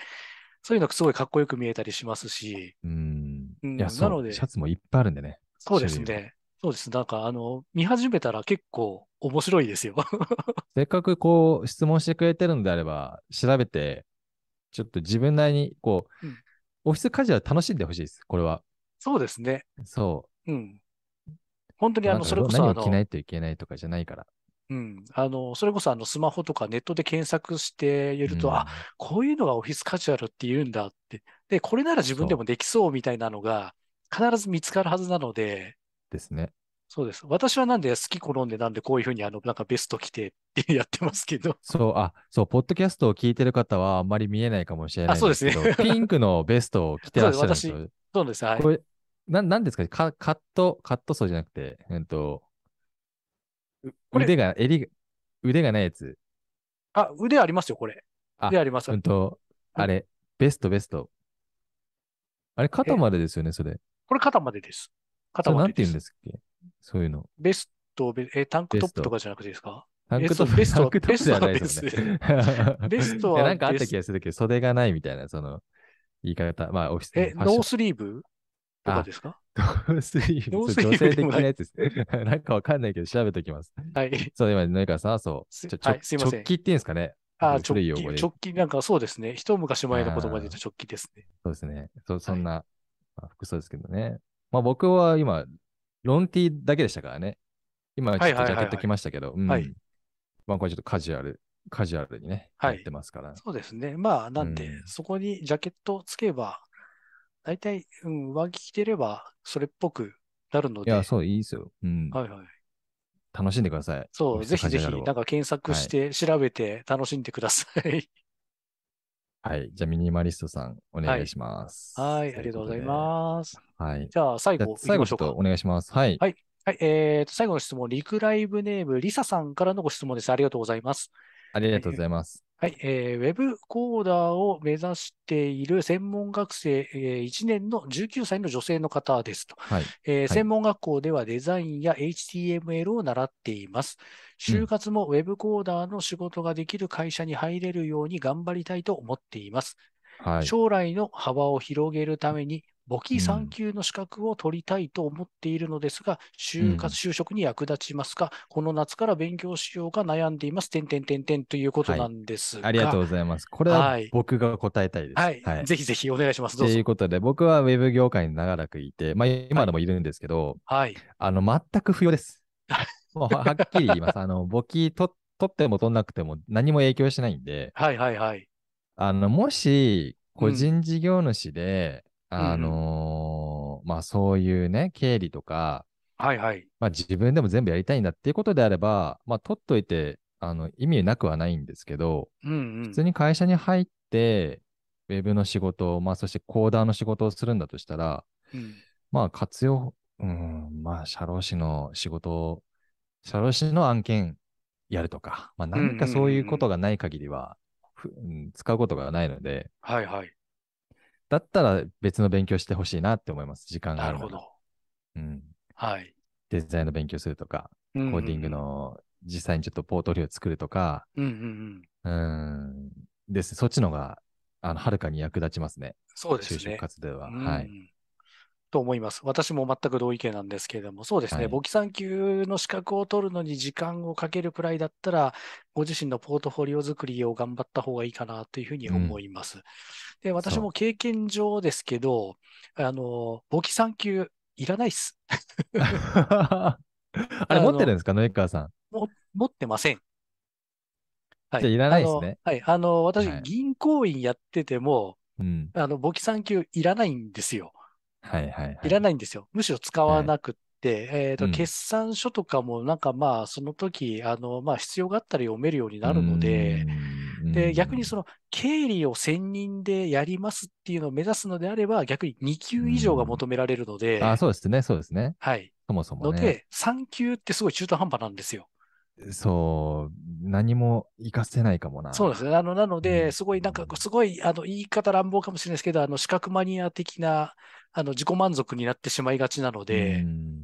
[SPEAKER 3] そういうのがすごいかっこよく見えたりしますし、
[SPEAKER 2] うん。
[SPEAKER 3] うん
[SPEAKER 2] いや、
[SPEAKER 3] な
[SPEAKER 2] そ
[SPEAKER 3] の
[SPEAKER 2] う、
[SPEAKER 3] で
[SPEAKER 2] シャツもいっぱいあるんでね。
[SPEAKER 3] そうです
[SPEAKER 2] 種類
[SPEAKER 3] ね。そうです。なんか、あの、見始めたら結構面白いですよ。 [LAUGHS]
[SPEAKER 2] せっかくこう、質問してくれてるのであれば、調べて、ちょっと自分なりに、こう、
[SPEAKER 3] うん
[SPEAKER 2] オフィスカジュアル楽しんでほしいです、これは。
[SPEAKER 3] そうですね。
[SPEAKER 2] そ
[SPEAKER 3] うん。本当
[SPEAKER 2] う。
[SPEAKER 3] にあの、
[SPEAKER 2] なんか
[SPEAKER 3] それこそ
[SPEAKER 2] 何
[SPEAKER 3] あ
[SPEAKER 2] を着な
[SPEAKER 3] の、
[SPEAKER 2] いといけないとかじゃないから。
[SPEAKER 3] うん。あの、それこそあの、スマホとかネットで検索していると、あ、こういうのがオフィスカジュアルって言うんだって。で、これなら自分でもできそうみたいなのが、必ず見つかるはずなので、
[SPEAKER 2] ですね。
[SPEAKER 3] そうです。私はなんで好き好んでなんでこういうふうにあの、なんかベスト着て [LAUGHS] ってやってますけど。
[SPEAKER 2] そう、あ、そう、ポッドキャストを聞いてる方はあんまり見えないかもしれないんですけ
[SPEAKER 3] あそ
[SPEAKER 2] ど、
[SPEAKER 3] うです
[SPEAKER 2] ピンクのベストを着てらっしゃるんですよ。
[SPEAKER 3] そうです。はい。
[SPEAKER 2] これ、ななんですかねカカット、カットソーじゃなくて、えっと、
[SPEAKER 3] これ
[SPEAKER 2] 腕が、襟が、腕がないやつ。
[SPEAKER 3] あ、腕ありますよ、これ。
[SPEAKER 2] あ
[SPEAKER 3] 腕あります。
[SPEAKER 2] うんと、
[SPEAKER 3] うん
[SPEAKER 2] あれ、ベスト、ベスト。あれ、肩までですよね、それ。
[SPEAKER 3] これ肩までです。
[SPEAKER 2] そ
[SPEAKER 3] 肩
[SPEAKER 2] れ
[SPEAKER 3] ま
[SPEAKER 2] な
[SPEAKER 3] で
[SPEAKER 2] んて
[SPEAKER 3] で
[SPEAKER 2] 言うん
[SPEAKER 3] す。
[SPEAKER 2] ですっけそういうの。
[SPEAKER 3] ベスト、ベえ、タンクトッ
[SPEAKER 2] ベス
[SPEAKER 3] プ
[SPEAKER 2] ト
[SPEAKER 3] とかじゃなくてですか
[SPEAKER 2] タンクトップ、
[SPEAKER 3] ベスト
[SPEAKER 2] タンクトップじゃないですよね。 [LAUGHS]
[SPEAKER 3] ベスト
[SPEAKER 2] いや
[SPEAKER 3] は
[SPEAKER 2] なんかあった
[SPEAKER 3] ベス
[SPEAKER 2] 気がするけど、袖がないみたいな、その、言い方。まあ、オフィス
[SPEAKER 3] え、
[SPEAKER 2] ファッ
[SPEAKER 3] ノ
[SPEAKER 2] ション
[SPEAKER 3] ースリーブとかですか
[SPEAKER 2] ノ
[SPEAKER 3] [LAUGHS]
[SPEAKER 2] ースリーブ
[SPEAKER 3] ノース
[SPEAKER 2] そう
[SPEAKER 3] リーブ
[SPEAKER 2] 女性
[SPEAKER 3] で
[SPEAKER 2] 的
[SPEAKER 3] も
[SPEAKER 2] な
[SPEAKER 3] ない
[SPEAKER 2] やつです。 [LAUGHS] なんかわかんないけど、調べておきます。
[SPEAKER 3] はい。
[SPEAKER 2] そう、今、何かさん、そう。
[SPEAKER 3] す
[SPEAKER 2] ちょちょ
[SPEAKER 3] はいすいません
[SPEAKER 2] 直帰っていうんですかね。
[SPEAKER 3] あ、
[SPEAKER 2] [LAUGHS] ちょ古い
[SPEAKER 3] 直
[SPEAKER 2] 用
[SPEAKER 3] 帰、
[SPEAKER 2] 語で
[SPEAKER 3] 直帰、なんかそうですね。一昔前の言葉で言うと直帰ですね。
[SPEAKER 2] そうですね。そそんな、まあ服装ですけどね。まあ、僕は今、ロンティーだけでしたからね。今、ちょ
[SPEAKER 3] はい
[SPEAKER 2] っと
[SPEAKER 3] はい
[SPEAKER 2] ジ
[SPEAKER 3] はい
[SPEAKER 2] ャ
[SPEAKER 3] はい
[SPEAKER 2] ケット着ましたけど、うん
[SPEAKER 3] はい
[SPEAKER 2] まあ、これちょっとカジュアル、カジュアルにね、
[SPEAKER 3] はい
[SPEAKER 2] やってますから。
[SPEAKER 3] そうですね。まあ、なんで、
[SPEAKER 2] うん
[SPEAKER 3] そこにジャケットをつけば、大体、うん、上着着てれば、それっぽくなるの
[SPEAKER 2] い
[SPEAKER 3] で、
[SPEAKER 2] や、そう、いいですよ。うん。
[SPEAKER 3] はいはい。
[SPEAKER 2] 楽しんでください。
[SPEAKER 3] そう、ぜひぜひ、
[SPEAKER 2] カジュア
[SPEAKER 3] なん
[SPEAKER 2] ルを
[SPEAKER 3] か検索して、調べて、楽しんでくださ
[SPEAKER 2] [LAUGHS]
[SPEAKER 3] い。
[SPEAKER 2] はい。じゃあ、ミニマリストさん、お願いします。
[SPEAKER 3] はい、ありがとうござい
[SPEAKER 2] す。
[SPEAKER 3] ます。
[SPEAKER 2] はい。
[SPEAKER 3] じゃあ、最
[SPEAKER 2] じゃあ
[SPEAKER 3] 後、行
[SPEAKER 2] 最
[SPEAKER 3] き
[SPEAKER 2] 後、
[SPEAKER 3] ま
[SPEAKER 2] ち
[SPEAKER 3] しょ
[SPEAKER 2] ょっ
[SPEAKER 3] う
[SPEAKER 2] と
[SPEAKER 3] か。
[SPEAKER 2] お願いします。はい。
[SPEAKER 3] はいはい、えーと、最後の質問、リクライブネーム、リサさんからのご質問です。ありがとうございます。
[SPEAKER 2] ありがとうございます。
[SPEAKER 3] はい、えー、ウェブコーダーを目指している専門学生、えー1年の19歳の女性の方ですと。
[SPEAKER 2] はい。
[SPEAKER 3] えー
[SPEAKER 2] い
[SPEAKER 3] 専門学校ではデザインや HTML を習っています。就活もウェブコーダーの仕事ができる会社に入れるように頑張りたいと思っています。
[SPEAKER 2] はい。
[SPEAKER 3] 将来の幅を広げるために、簿記
[SPEAKER 2] うん
[SPEAKER 3] 3級の資格を取りたいと思っているのですが、就活、就職に役立ちますか、この夏から勉強しようか悩んでいます、てんてんてんてんということなんですが、
[SPEAKER 2] ありがとうございます。これは
[SPEAKER 3] はい
[SPEAKER 2] 僕が答えたいです。
[SPEAKER 3] はい、ぜひぜひお願いします、ど
[SPEAKER 2] と
[SPEAKER 3] う
[SPEAKER 2] い
[SPEAKER 3] ぞ
[SPEAKER 2] う。ことで、僕はウェブ業界に長らくいて、まあ、今でもいるんですけど、
[SPEAKER 3] はい、
[SPEAKER 2] あの、全く不
[SPEAKER 3] [LAUGHS]
[SPEAKER 2] 要です。もうははっきり言います。あの、簿記と取っても取んなくても何も影響しないんで、
[SPEAKER 3] はい、はい、はい。
[SPEAKER 2] あの、もし、
[SPEAKER 3] うん
[SPEAKER 2] 個人事業主で、
[SPEAKER 3] んうん
[SPEAKER 2] あのーまあ、そういうね、経理とか、
[SPEAKER 3] はい、はい。
[SPEAKER 2] まあ、自分でも全部やりたいんだっていうことであれば、まあ、取っといて、あの、意味なくはないんですけど、
[SPEAKER 3] うん、うん。
[SPEAKER 2] 普通に会社に入って、ウェブの仕事を、まあ、そしてコーダーの仕事をするんだとしたら、
[SPEAKER 3] うん
[SPEAKER 2] まあ、活用、うん、まあ、社労士の仕事を、社労士の案件やるとか、まあ、なんかそういうことがない限りは、ふうん使うことがないので、
[SPEAKER 3] はい、はい。
[SPEAKER 2] だったら別の勉強してほしいなって思います。時間が
[SPEAKER 3] な
[SPEAKER 2] ある
[SPEAKER 3] る
[SPEAKER 2] な
[SPEAKER 3] ほ
[SPEAKER 2] ら。
[SPEAKER 3] ど。
[SPEAKER 2] うん。
[SPEAKER 3] はい。
[SPEAKER 2] デザインの勉強するとか、
[SPEAKER 3] コ
[SPEAKER 2] コーディング。の実際にちょっとポートフォリオ作るとか、
[SPEAKER 3] うん、うん、うん。
[SPEAKER 2] うん、です。そっちのが、あの、はるかに役立ちますね。
[SPEAKER 3] そうです
[SPEAKER 2] 就
[SPEAKER 3] ね
[SPEAKER 2] 職。活動は。
[SPEAKER 3] うん [LAUGHS]
[SPEAKER 2] はい。
[SPEAKER 3] と思います。私も全く同意見なんですけれども、そうです
[SPEAKER 2] は
[SPEAKER 3] ね、
[SPEAKER 2] い
[SPEAKER 3] 簿記3級の資格を取るのに時間をかけるくらいだったら、ご自身のポートフォリオ作りを頑張った方がいいかなというふうに思います。で、私
[SPEAKER 2] そ
[SPEAKER 3] も経験上ですけど、あの、簿記3級いらないっす。
[SPEAKER 2] あれ持ってるんですか、ノイカーさん。
[SPEAKER 3] 持ってません。は
[SPEAKER 2] じゃあいらないっ
[SPEAKER 3] あ
[SPEAKER 2] すね
[SPEAKER 3] のはい。あの、私
[SPEAKER 2] はい、
[SPEAKER 3] 銀行員やってても、
[SPEAKER 2] うん。
[SPEAKER 3] あの、簿記3級いらないんですよ。
[SPEAKER 2] はいはいはい。
[SPEAKER 3] いらな
[SPEAKER 2] ない。
[SPEAKER 3] いんですよ。むしろ使わなくって、えっと、
[SPEAKER 2] うん
[SPEAKER 3] 決算書とかもなんかまあ、その時、あの、まあ、必要があったら読めるようになるので、、で、逆にそ
[SPEAKER 2] の、
[SPEAKER 3] の、経理を専任でやりますっていうのを目指すのであれば、逆に2級以上が求められるので、
[SPEAKER 2] あ、そうですね、そうですね。
[SPEAKER 3] はい。
[SPEAKER 2] そもそも
[SPEAKER 3] の
[SPEAKER 2] ね。
[SPEAKER 3] で、3級ってすごい中途半端なんですよ。
[SPEAKER 2] そう、何も活かせないかもな。
[SPEAKER 3] そうですね。あの、なの
[SPEAKER 2] う
[SPEAKER 3] で、
[SPEAKER 2] ん
[SPEAKER 3] すごい、なんか、すごい、あの、言い方乱暴かもしれないですけど、あの、視覚マニア的な、あの、自己満足になってしまいがちなので、
[SPEAKER 2] うん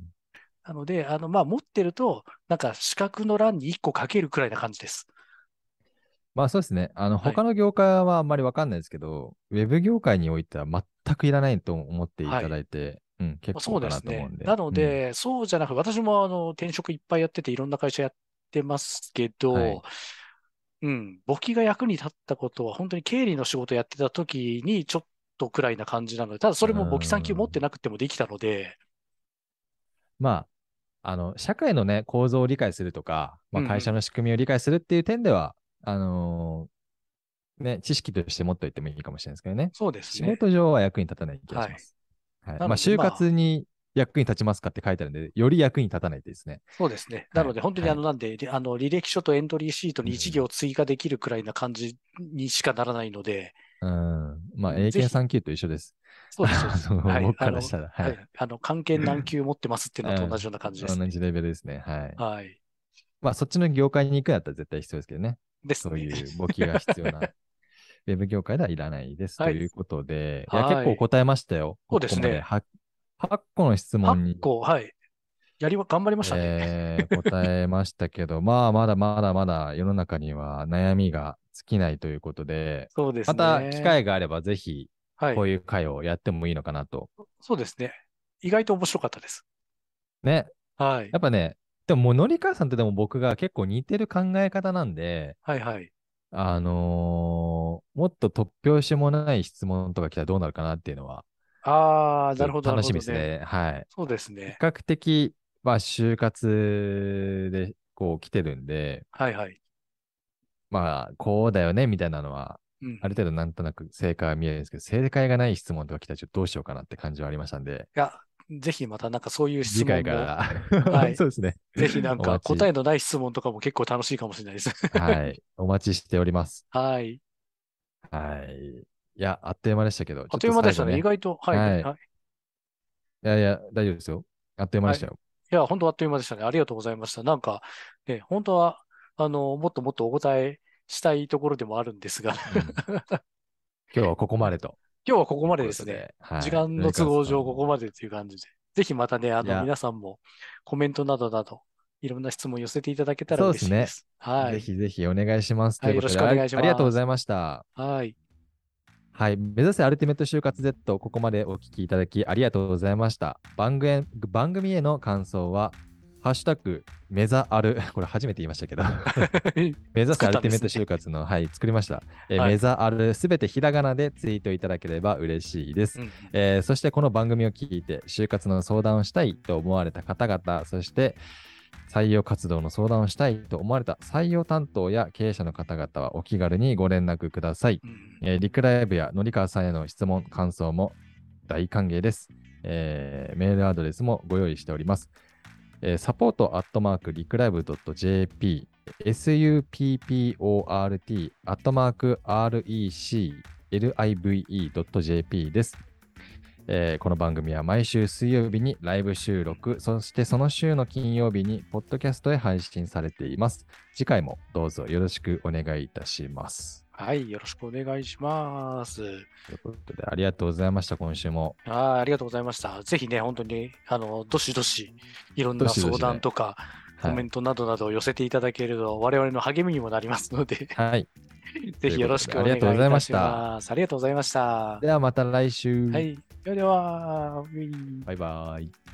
[SPEAKER 3] なので、あの、まあ、持ってると、なんか、視覚の欄に1個かけるくらいな感じです。
[SPEAKER 2] まあそうですね。あの、
[SPEAKER 3] はい
[SPEAKER 2] 他の業界はあんまりわかんないですけど、ウェブ業界においては全くいらないと思っていただいて、うん、結
[SPEAKER 3] まあそうで
[SPEAKER 2] 構かな
[SPEAKER 3] す
[SPEAKER 2] と思
[SPEAKER 3] ね
[SPEAKER 2] うん。で。
[SPEAKER 3] なので、そうじゃなく、私も、あの、転職いっぱいやってて、いろんな会社やってますけ
[SPEAKER 2] はい
[SPEAKER 3] ど、うん、簿記が役に立ったことは、本当に経理の仕事やってた時に、ちょっとくらいな感じなので、ただ、それも簿記3級持ってなくてもできたので、
[SPEAKER 2] うん、まあ、あの、社会のね、構造を理解するとか、まあ、
[SPEAKER 3] うんうん
[SPEAKER 2] 会社の仕組みを理解するっていう点では、あのーね、知識として持っておいてもいいかもしれないですけどね。
[SPEAKER 3] そうです
[SPEAKER 2] 仕
[SPEAKER 3] ね。
[SPEAKER 2] 事上は役に立たない気がします。は
[SPEAKER 3] な
[SPEAKER 2] い。
[SPEAKER 3] ので
[SPEAKER 2] まあ、就
[SPEAKER 3] まあ
[SPEAKER 2] 活に役に立ちますかって書いてあるんで、より役に立たないですね。
[SPEAKER 3] そうですね。な
[SPEAKER 2] は
[SPEAKER 3] いので、本当に
[SPEAKER 2] はい
[SPEAKER 3] あの、なんで、であの、履歴書とエントリーシートに1行追加できるくらいな感じにしかならないので、
[SPEAKER 2] うん。まあ、
[SPEAKER 3] うん
[SPEAKER 2] 英
[SPEAKER 3] ぜひ
[SPEAKER 2] 検3級と一緒です。
[SPEAKER 3] そうです、そうです。
[SPEAKER 2] あの
[SPEAKER 3] はい
[SPEAKER 2] 僕か
[SPEAKER 3] あの
[SPEAKER 2] らしたら。
[SPEAKER 3] は
[SPEAKER 2] はい
[SPEAKER 3] い。あの、関係何級持ってますっていうのと同じような感じです
[SPEAKER 2] 同
[SPEAKER 3] ね。
[SPEAKER 2] じレベルですね。はい。
[SPEAKER 3] [LAUGHS] はい。
[SPEAKER 2] まあ、そっちの業界に行くんだったら絶対必要ですけどね。
[SPEAKER 3] です
[SPEAKER 2] そう
[SPEAKER 3] ね。
[SPEAKER 2] いう簿記が必
[SPEAKER 3] [LAUGHS]
[SPEAKER 2] 要な。ウェブ業界ではいらないです。
[SPEAKER 3] はい
[SPEAKER 2] ということで、い
[SPEAKER 3] は
[SPEAKER 2] や、
[SPEAKER 3] い
[SPEAKER 2] 結構答えましたよ。
[SPEAKER 3] そうですね
[SPEAKER 2] 8個の質問に
[SPEAKER 3] 8、個、はい。やりま、頑張りましたね。
[SPEAKER 2] えー答えましたけど、 [LAUGHS] まあ、まだまだまだ世の中には悩みが尽きないということで、
[SPEAKER 3] そうです
[SPEAKER 2] ま
[SPEAKER 3] ね。
[SPEAKER 2] た機会があれば、ぜひ、
[SPEAKER 3] はい
[SPEAKER 2] こ。ういう会をやってもいいのかなと。
[SPEAKER 3] そうですね。意外と面白かったです。
[SPEAKER 2] ね。
[SPEAKER 3] はい
[SPEAKER 2] や。っぱね、でも、もう、のりかわさんとでも僕が結構似てる考え方なんで、
[SPEAKER 3] はいはい。
[SPEAKER 2] あのーもっと突拍子もない質問とか来たらどうなるかなっていうのは、
[SPEAKER 3] ああ、なるほど、なる
[SPEAKER 2] 楽
[SPEAKER 3] ほ
[SPEAKER 2] し
[SPEAKER 3] ど
[SPEAKER 2] みです。ね。はい。
[SPEAKER 3] そうです
[SPEAKER 2] 比
[SPEAKER 3] ね。
[SPEAKER 2] 較的、まあ、就活でこう来てるんで、
[SPEAKER 3] はいはい。
[SPEAKER 2] まあ、こうだよねみたいなのは、
[SPEAKER 3] うん
[SPEAKER 2] ある程度なんとなく正解は見えるんですけど、正解がない質問とか来たらちょっとどうしようかなって感じはありましたんで、
[SPEAKER 3] いや、ぜひまたなんかそういう質
[SPEAKER 2] 次
[SPEAKER 3] 問
[SPEAKER 2] 回
[SPEAKER 3] も
[SPEAKER 2] か、ら、
[SPEAKER 3] はい
[SPEAKER 2] [LAUGHS] そうですね。
[SPEAKER 3] [LAUGHS] ぜひなん
[SPEAKER 2] [LAUGHS] お
[SPEAKER 3] か
[SPEAKER 2] 待ち
[SPEAKER 3] 答えのない質問とかも結構楽しいかもしれないです。 [LAUGHS]
[SPEAKER 2] はい。お待ちしております。
[SPEAKER 3] はい。
[SPEAKER 2] はい。いや、あっという間でしたけど、
[SPEAKER 3] あっという間でし
[SPEAKER 2] ち
[SPEAKER 3] た
[SPEAKER 2] ょっ
[SPEAKER 3] ね。
[SPEAKER 2] 最
[SPEAKER 3] 意
[SPEAKER 2] 後
[SPEAKER 3] 外と。はい。
[SPEAKER 2] はい
[SPEAKER 3] はい、い
[SPEAKER 2] いやいや、大丈夫ですよ。あっという間でしたよ。
[SPEAKER 3] や、本当あっという間でしたね。ありがとうございました。なんか、ね、本当は、あの、もっともっとお答えしたいところでもあるんですが、 [LAUGHS]
[SPEAKER 2] うん今日はここまでと。
[SPEAKER 3] 今日はこ
[SPEAKER 2] こ
[SPEAKER 3] こまでですね。。時間の都合上ここまでという感じで、ぜひまたね、あ
[SPEAKER 2] い
[SPEAKER 3] の、
[SPEAKER 2] や
[SPEAKER 3] 皆さんもコメントなどなど、いろんな質問寄せていただけたら
[SPEAKER 2] そう
[SPEAKER 3] 嬉
[SPEAKER 2] です
[SPEAKER 3] しい
[SPEAKER 2] ね
[SPEAKER 3] です。は
[SPEAKER 2] ぜ
[SPEAKER 3] い。
[SPEAKER 2] ひぜひお願いします。
[SPEAKER 3] はい
[SPEAKER 2] とうことで
[SPEAKER 3] よろしくお願いします
[SPEAKER 2] ありがとうございました。
[SPEAKER 3] はい。 [LAUGHS]
[SPEAKER 2] はい。目指せアルティメット就活 Z、ここまでお聞きいただきありがとうございました。番組へ番組への感想は、ハッシュタグ、メザアル、 [LAUGHS] これ初めて言いまし
[SPEAKER 3] [LAUGHS]
[SPEAKER 2] たけど、目指せアルティメット就活の、はい、作りました。えー
[SPEAKER 3] はい
[SPEAKER 2] メザアル、すべてひらがなでツイートいただければ嬉しいです。
[SPEAKER 3] うん
[SPEAKER 2] えーそしてこの番組を聞いて就活の相談をしたいと思われた方々そして採用活動の相談をしたいと思われた採用担当や経営者の方々はお気軽にご連絡ください、
[SPEAKER 3] うん
[SPEAKER 2] えーリクライブやのりかわさんへの質問感想も大歓迎です、えーメールアドレスもご用意しております、えー、サポートアットマークリクライブ .jp support アットマーク reclive.jp です、えーこの番組は毎週水曜日にライブ収録、そしてその週の金曜日にポッドキャストへ配信されています。次回もどうぞよろしくお願いいたします。
[SPEAKER 3] はい。よろしくお願いします。
[SPEAKER 2] ということで、ありがとうございました、今週も。
[SPEAKER 3] はい、ありがとうございました。ぜひね、本当に、あの、どしどし、いろんな
[SPEAKER 2] どしどしね
[SPEAKER 3] 相談とか、
[SPEAKER 2] は
[SPEAKER 3] コメ
[SPEAKER 2] い。
[SPEAKER 3] ントなどなどを寄せていただけると、我々の励みにもなりますの
[SPEAKER 2] [LAUGHS]
[SPEAKER 3] で、
[SPEAKER 2] はい、
[SPEAKER 3] ぜひよろしくお
[SPEAKER 2] とい
[SPEAKER 3] 願
[SPEAKER 2] う
[SPEAKER 3] いい
[SPEAKER 2] ことでありがとうござい
[SPEAKER 3] た
[SPEAKER 2] まし
[SPEAKER 3] したます。ありがとうございました。
[SPEAKER 2] ではまた来週。
[SPEAKER 3] はい。それでは、ウィーン
[SPEAKER 2] バイバイ。